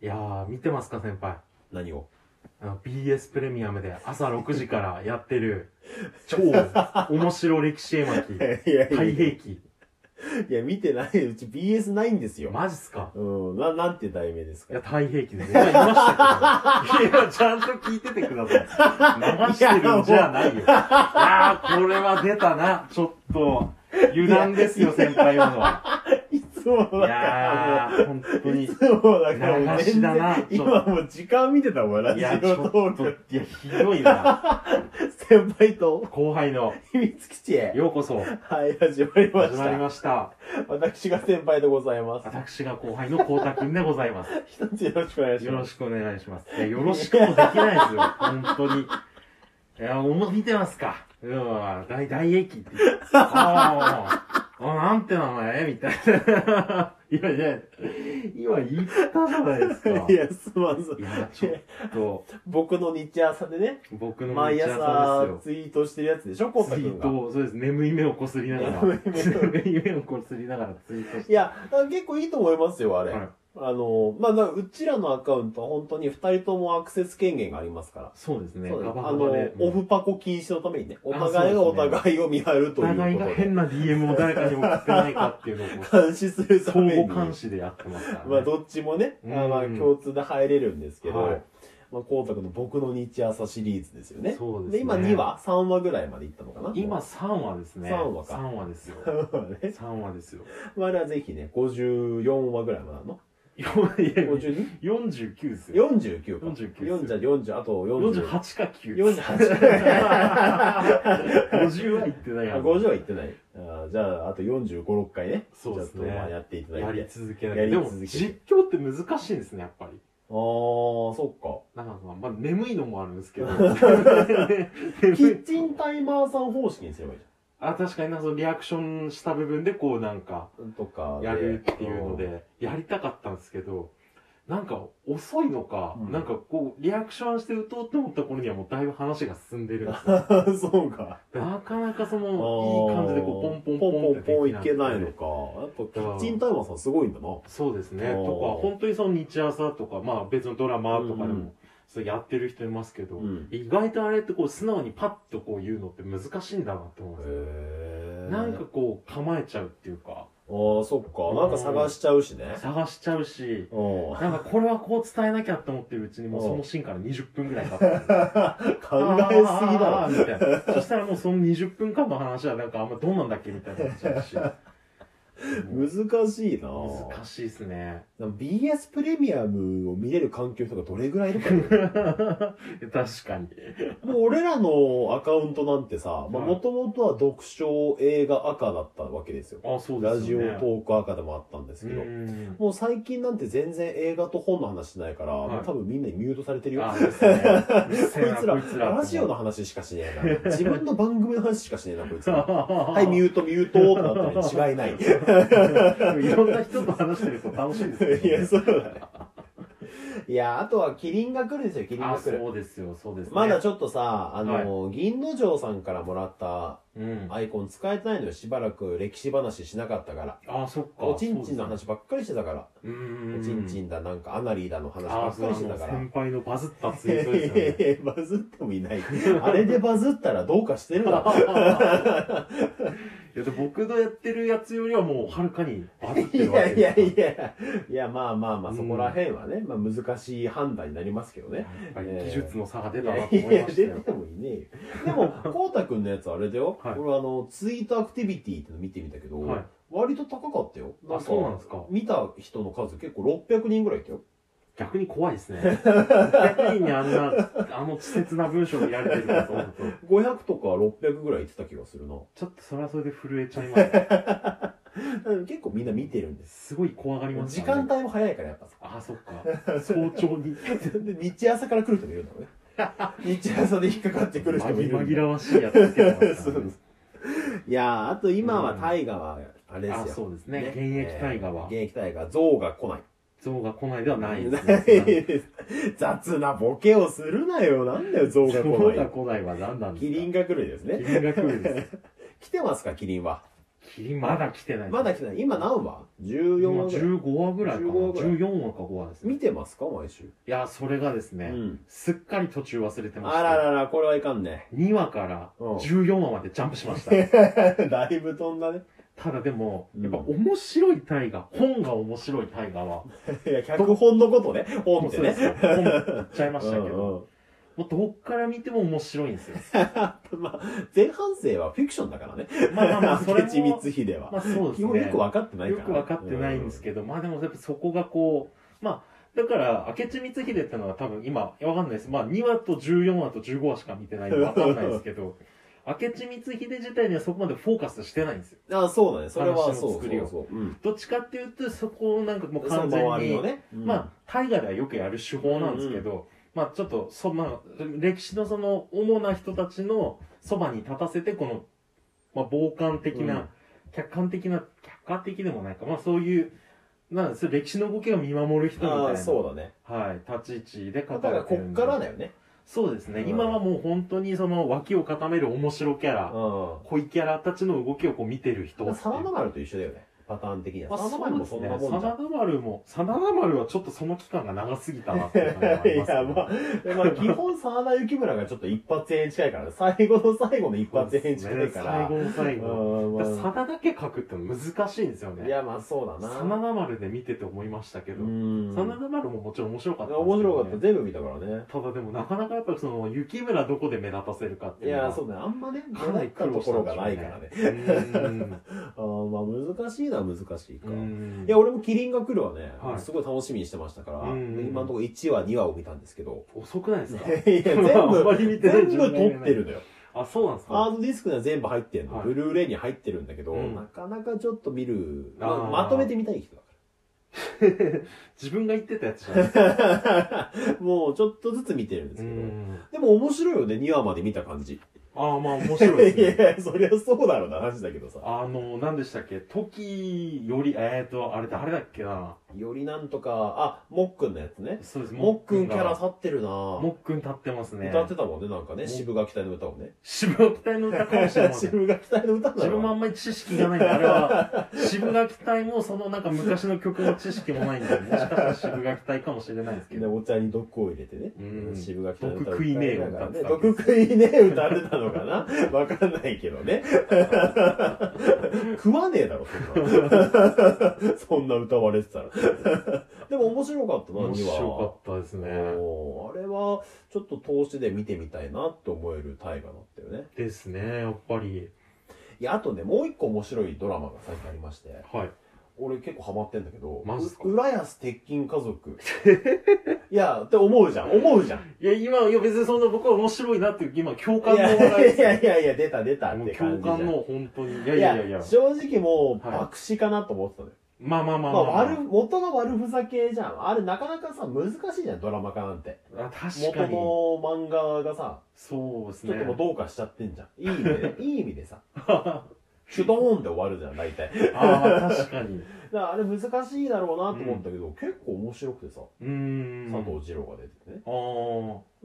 いやー、見てますか、先輩。何をあの BS プレミアムで朝6時からやってる、 超面白歴史絵巻、いやいや太いや平記。いや見てないうち BS ないんですよ、マジっすかうんななんて題名ですいかや、太平記で僕は言いました けど。いや、ちゃんと聞いててください。流してるんじゃないよ。いやー、これは出たな。ちょっと、油断ですよ、先輩今のは。いつもだいからやもー、本当うに。いいつもだからもう流全しだな然今もう時間見てたもんラジや、オちょっトと、ークいや、ひどいな。先輩と後輩の、秘密基地へようこそ、はい始まりま始しまりたました。私が先輩でございます私が後輩の光太くんでございます。一つよろしくお願い しよろますしくお願いします。いや、よろしくもできないですよ。本当に。いや、おも、見てますかうん、大、大駅って。ああ、あなんて名前みたいな。 いやいや、今言ったじゃないですか。 いいやすまんすや、ちょっと、僕の日朝でね僕の毎日朝で朝すよ。ツイートしてるやつでしょコウタツイ君ーがトを、そうです。眠い目をこすりながら、眠い 眠い目をこすりながらツイートしいて。や結構いいと思いますよあれ、はいあのまあだからうちらのアカウントは本当に2人ともアクセス権限がありますからそうですね。そうガですバあガバので、。オうんフパコ禁止のためにね、おあ互いがそおうですね互いを見張るおという互いこがとで、変な DM を誰かに送ってないかっていうのをこう、監視するた相めに、互監視でやってますから、ね。まあどっちもね、うんあまあ共通で入れるんですけど、はいまあ光沢の僕の日朝シリーズですよね。そうですねで、今2話 ?3 話ぐらいまでいったのかな今、3話ですね。三話か三話 ですよ。ね、 3話ですよ。 まああれはぜひね、54話ぐらいまであるのいやいや ?52?49 49ですよ。か。 49ですよ40、40、あと40。 48か9。 48 50は言ってないあは50は行ってない。あーじゃあ、あと45、6回ね。そうですねちょっとまあやっていただいて。やり続けなやい。りでも、続けて実況って難しいんですね、やっぱり。あー、そっなか。んか、まあ、眠いのもあるん ですけど。キ眠いッチンタイマーさん方式にすればいいじあ、確かにな、そのリアクションした部分で、こう、なんか、ゃん。とかで。やるっていうので、やりたかったんですけど、なんか遅いのか、うんなんかこう、リアクションして打とうと思った頃にはもうだいぶ話が進んでるんですよ。うん。 そうか。なかなかそいの、いい感じでこう、ポンポンポンってポンポンポでンいきけないくのて。か。やっぱキッチンタイマーさんすごいんだな。そうですね。あーとか、本当にその日朝とか、まあ別のドラマとかでうんうも、そうやってる人いますけど、うん意外とあれってこう、素直にパッとこう言うのって難しいんだなって思うんですよ。へなんかこう、構えちゃうっていうか、あー、そっか。なんか探しちゃうしね。探しちゃうし、うん。なんかこれはこう伝えなきゃって思ってるうちにもうそのシーンから20分ぐらい経ったん ですよ。考えすぎだあーあーあーみたいな。そしたらもうその20分間の話はなんかあんまどうなんだっけみたいになっちゃうし。もうろ。難しいな難しいですね。 でも BS プレミアムを見れる環境とかどれぐらいいるかね確かに。もう俺らのアカウントなんてさ、まあはいもともとは読書映画赤だったわけですよ。あ、そうでラすジオよトね。ーク赤でもあったんですけどう。ん。もう最近なんて全然映画と本の話しないから、はいもう多分みんなにミュートされてるよ。あ、こですね。うっせえいなつこいつらら、ラジオの話しかしねえ な。自分の番組の話しかしねえな、こいつら。は、はいミュュート、ミュートってなってるに違 いない。いろんな人と話してると楽しいですいけどや、ね。そうだね。いや、あとはキリンが来るですよ、キリンあ、が来る。そうですよ、そうですね。まだちょっとさ、あの、銀の城さんからもらったうん。アイコン使えてないのよ、しばらく歴史話しなかったから。あ、そっか。おちんちんの話ばっかりしてたから。そうですね。うん。おちんちんだ、なんかアナリーだの話ばあっかりしてそうあのたから。先輩のバズったツいイやートですよい やね。いや、 バズってもいない。あれでバズったらどうかして るだろ。いやで僕のやってるやつよりはもうはるかにバズっいてるわやけいですやからいや。いや、まあまあまあ、うんそこら辺は ね、まあ難しい判断になりますけどね。やっぱり技術の差が出いたやなとい思いや、ました出よ。てもいねえよ。でも、こうたくんのやつあれだよ。はい俺あの、ツイートアクティビティっての見てみたけど、はい割と高かったよ。あそうなんですか見た人の数結構600人ぐらいいたよ。逆に怖いですね。逆にあんな、あの稚拙な文章見られてるかと思うと、 500とか600ぐらい言ってた気がするな。ちょっとそれはそれで震えちゃいますね。うん結構みんな見てるんです。すごい怖がります時から間ね。帯も早いからやっぱさ。 あ、そっか。早朝に。で日朝から来る人もいるんだろう ね日朝で引っかかってくる人もいるんだ紛らわしいやつつけてますからねいやーあと今は大河はあれですよ、あ、そうですね。現役大河はえ。ー現役大河象が来ない象が来ないではないです ね。雑なボケをするなよなんだよ象象が来ながい来ないは何なんですキかリンが来るですキねリンが来るんです。来てますかキリンはキ霧まだ来てない。まだ来てない。今何話 ?14 今話ぐらい。 15話ぐらいかな。 15話ぐらい14話か5話ですね。見てますか毎週。いや、それがですうね、ん。すっかり途中忘れてました。あららら、これはいかんね。 2話からうん14話までジャンプしま した。 だいぶ飛んだね。ただでも、うんやっぱ面白い大河、本が面白い大河は、いや、脚本のことね。本ってそうでねす。よ本言っちゃいましたけうんど、うんもうどっから見ても面白いんですよ。 まあ、前半生はフィクションだからね。まあまあ まあ、それ明智も、光秀は。まあそうです基ね。本よく分かってないよからく分かってないんですけど、まあでもやっぱそこがこう、まあ、だから、明智光秀ってのは多分今、わかんないです。まあ2話と14話と15話しか見てないんでわかんないですけ ど、明智光秀自体にはそこまでフォーカスしてないんですよ。うんあそうだね。それは話のそうそう作りをそう。うん。どっちかっていうと、そこをなんかもうその完全周りにの、ね。うんまあ、大河ではよくやる手法なんですけど、まあちょっと、そ、まあ、歴史のその主な人たちのそばに立たせて、この、まあ傍観的な、うん客観的な、客観的でもないか、まあそういう、なんです歴史の動きを見守る人みたいな、あそうだね。はい、立ち位置で語だられからてこるっんでからだよね。そうですね、うん今はもう本当にその脇を固める面白キャうラ、ん。恋キャラたちの動きをこう見てる人っていう。真田丸と一緒だよね。パターン的にまは。あ、真田丸もそんなもんじゃん。真田丸も、真田丸はちょっとその期間が長すぎたなっていう感じがあ いります、ね。や、まあ、まあ、基本、沢田幸村がちょっと一発演近いから、最後の最後の一発演近いから。そうですね最後の最後。うんだからま真田だけ書くって難しいんですよあね。いや、まあ、そうだ真な。田丸で見てて思いましたけど、うん。真田丸ももちろん面白かったんですけど面ね、白かった。全部見たからね。ただでもなかなかやっぱりその、雪村どこで目立たせるかっていいうのは。や、そうね。あんまね、かなり苦労としたこんろでがしょうないからね。 ね。あーまあ、難しいのは難しいかう。ん。いや、俺もキリンが来るはねは、いすごい楽しみにしてましたから、うん今のところ1話、2話を見たんですけど、遅くないですか いや、全まああんま部、り見てない全部撮ってるのよ。あ、そうなんですかハードディスクには全部入ってるの。はいブルーレイに入ってるんだけど、うんなかなかちょっと見る、まあーまとめてみたい人だか 自分が言ってたやつじゃ ないですか。 ら。もうちょっとずつ見てるんですうけど。ん。でも面白いよね、2話まで見た感じ。ああ、まあ面い白いですね。 やいや、そりゃそうだろうな話だけどさ。あの、何でしたっけ時より、えーと、あれ誰だっけなよりなんとか、あ、もっくんのやつね。そうです、もっくんキャラが立ってるなもっくん立ってますね。歌ってたもんね、なんかね、も渋垣隊の歌をね。渋垣隊の歌かもしれません。 渋垣隊の歌なの自分もあんまり知識がないんで、あれは、渋垣隊もそのなんか昔の曲の知識もないんで、もしかしたら渋垣隊かもしれないですけで、ど。お茶に毒を入れてねうん。渋垣隊の歌毒食いねえよ歌ってた毒食いねえ歌ってたのかな わかんないけどね。 食わねえだろ、 そんな。そんな歌われてたら。 でも面白かったな、面2話。白かったですね。おーあれは、ちょっと投資で見てみたいなって思える大河だったよね。ですね、やっぱり。いや、あとね、もう一個面白いドラマが最近ありまして。はい。俺結構ハマってんだけど、マジっすかう浦安鉄筋家族。 いや、って思うじゃん、思うじゃん。いや、今、いや別にそんな僕は面白いなっていう、今、共感いのや話い題ですやねいやいや、出た出たっもうて共感じじゃ感ん。の、本当に。いやいいややいやいや。正直もう、はい爆死かなと思ってたのよ。まあまあまあまあ、まあまあ悪、元が悪ふざけじゃん。あれなかなかさ、難しいじゃん、ドラマ化なんて。あ確元かのに。漫画がさ、そうですちょっとねもう。どうかしちゃってんじゃん。いい意味でね、いい意味でさ。シュドーンで終わるじゃん、大体。 だ かああ、確かに。らあれ難しいだろうなと思ったけど、結構面白くてさ、うーん。佐藤二朗が出ててね。あ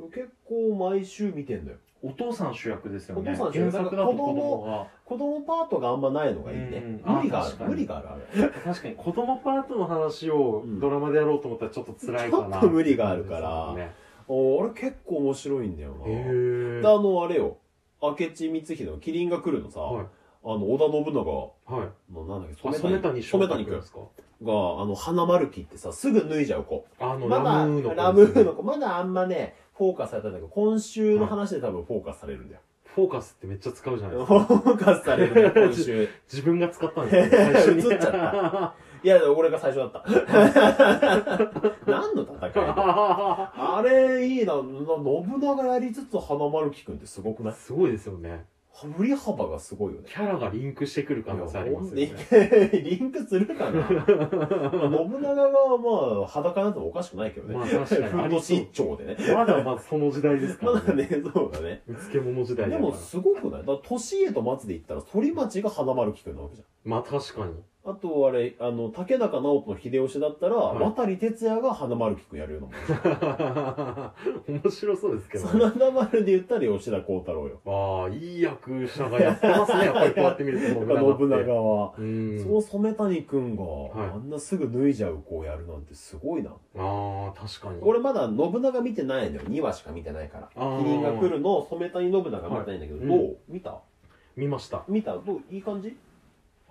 あ。結構毎週見てんだよ。お父さん主役ですよね。お父さん主役原作だと子供が。子供パートがあんまないのがいいねうん。無理があある確か。に無理がある、あれ。確かに子供パートの話をうんドラマでやろうと思ったらちょっと辛いかな。ちょっと無理があるからねおーあれ結構面白いんだよな。へでえ。あの、あれよ。明智光秀のキリンが来るのさ、はい。あの、織田信長はい。の、なんだっあけ、染谷翔染太谷君君ですかが、あの、花丸きってさ、すぐ脱いじゃう子。あの、まだ、ラムーの子ですね。ラムーの子、まだあんまね、フォーカスされたんだけど、今週の話で多分フォーカスされるんだよ。フォーカスってめっちゃ使うじゃないフですか。 ォーカスされるんだ よ、今週。自分が使ったんですよ。最 初に。映っちゃいや、俺が最初だった。何の戦いだよゃあれ、いいな。な信長やりつつ、花丸きくんってすごくないすごいですよね。振り幅がすごいよね。キャラがリンクしてくる可能性ありますよいね や。 リンクするかな信長が、まあ、裸なんてもおかしくないけどね。まあ確かにあふりのそう身長でね。 まだまだその時代ですかまらだね。ね、そうだね。うつけ者時代でだからも、。すごくないだから、年家と松で言ったら、反町が花丸きくんなわけじゃん。まあ確かに。 あと、あれ、あの、竹中直人の秀吉だったら、はい渡哲也が花丸菊やるようなもん。面白そうですけどね。真田丸で言ったら吉田鋼太郎よ。ああ、いい役者がやってますね。やっぱりこうやって見るとやっ信ぱ長って。信長は。うん。そう染谷くんが、いあんなすぐ脱いじゃう子をやるなんてすごいな。ああ、確かに。俺まだ信長見てないのよ。2話しか見てないから。あー麒麟が来るのを染谷信長見てないんだけど、はいどうう見た見ました。見たどういい感じ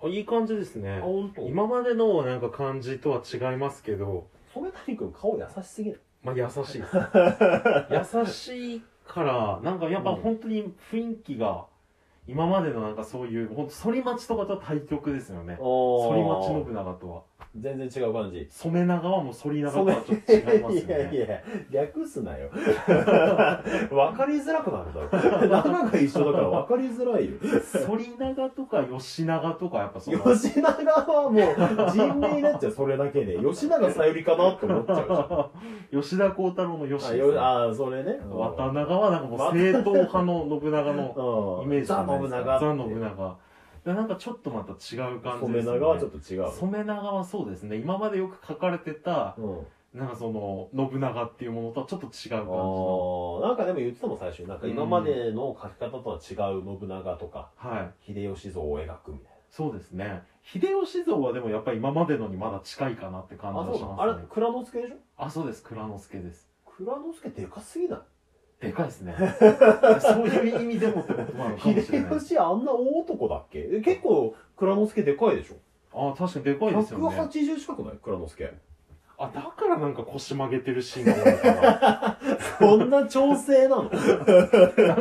あいい感じですあ、ね。ほんと。今までのなんか感じとは違いますけど、染谷くん顔優しすぎないまあ優しいです。 優しいから、なんかやっぱ本当に雰囲気が、今までのなんかそういう、本当反町とかとは対極ですよね。反町信長とは。全然違う感じ。染長はもう反長と染はちょっと違いますよいやいね。や、略すなよ。 わかりづらくなるだろ。長が一緒だからわかりづらいよ。反長とか吉長とかやっぱその、 吉永はもう人名になっちゃう、それだけで。吉永さゆりかなって思っちゃうじゃん。吉田鋼太郎の吉あ、ですねよあそれね。渡長はなんかもう正統派の信長 のうイん。メージじゃザ・ない信ですかザ長。信長でなんかちょっとまた違う感じ染ですね長はちょっと違う。染長はそうですね今までよく書かれてたうん。なんかその信長っていうものとはちょっと違う感じのああ、なんかでも言ってたもん最初になんか今までの書き方とは違う信長とか、はい秀吉像を描くみたいそうですね秀吉像はでもやっぱり今までのにまだ近いかなって感な。あ、じそがしうだ。まあすれね、蔵之介でしょあそうです蔵之介です蔵之介でかすぎないでかい ですねそういう意味でもってことなのかもしれない秀吉あんな大男だっけえ結構蔵之介でかいでしょ あ確かにでかいですよね180近くない蔵之介あだからなんか腰曲げてるシーンが多いからそんな調整なのなん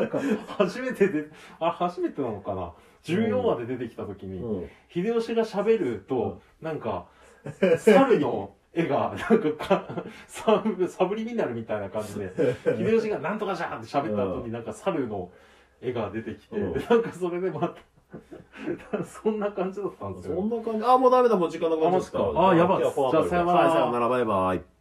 か、 初めてで、あ、初めてなのかな ?14 話で出てきたときに、うん秀吉が喋ると、なんか、猿の絵が、なんかかサブ、サブリミナルみたいな感じで、 秀吉がなんとかじゃんって喋った後に、なんか猿の絵が出てきて、うんでなんかそれでまた、 そんな感じだったんですそよ。んな感じあもうダメだもう時間なくなっちゃったあマジかあやばいじゃあじゃあさよならはいさよならバイバイ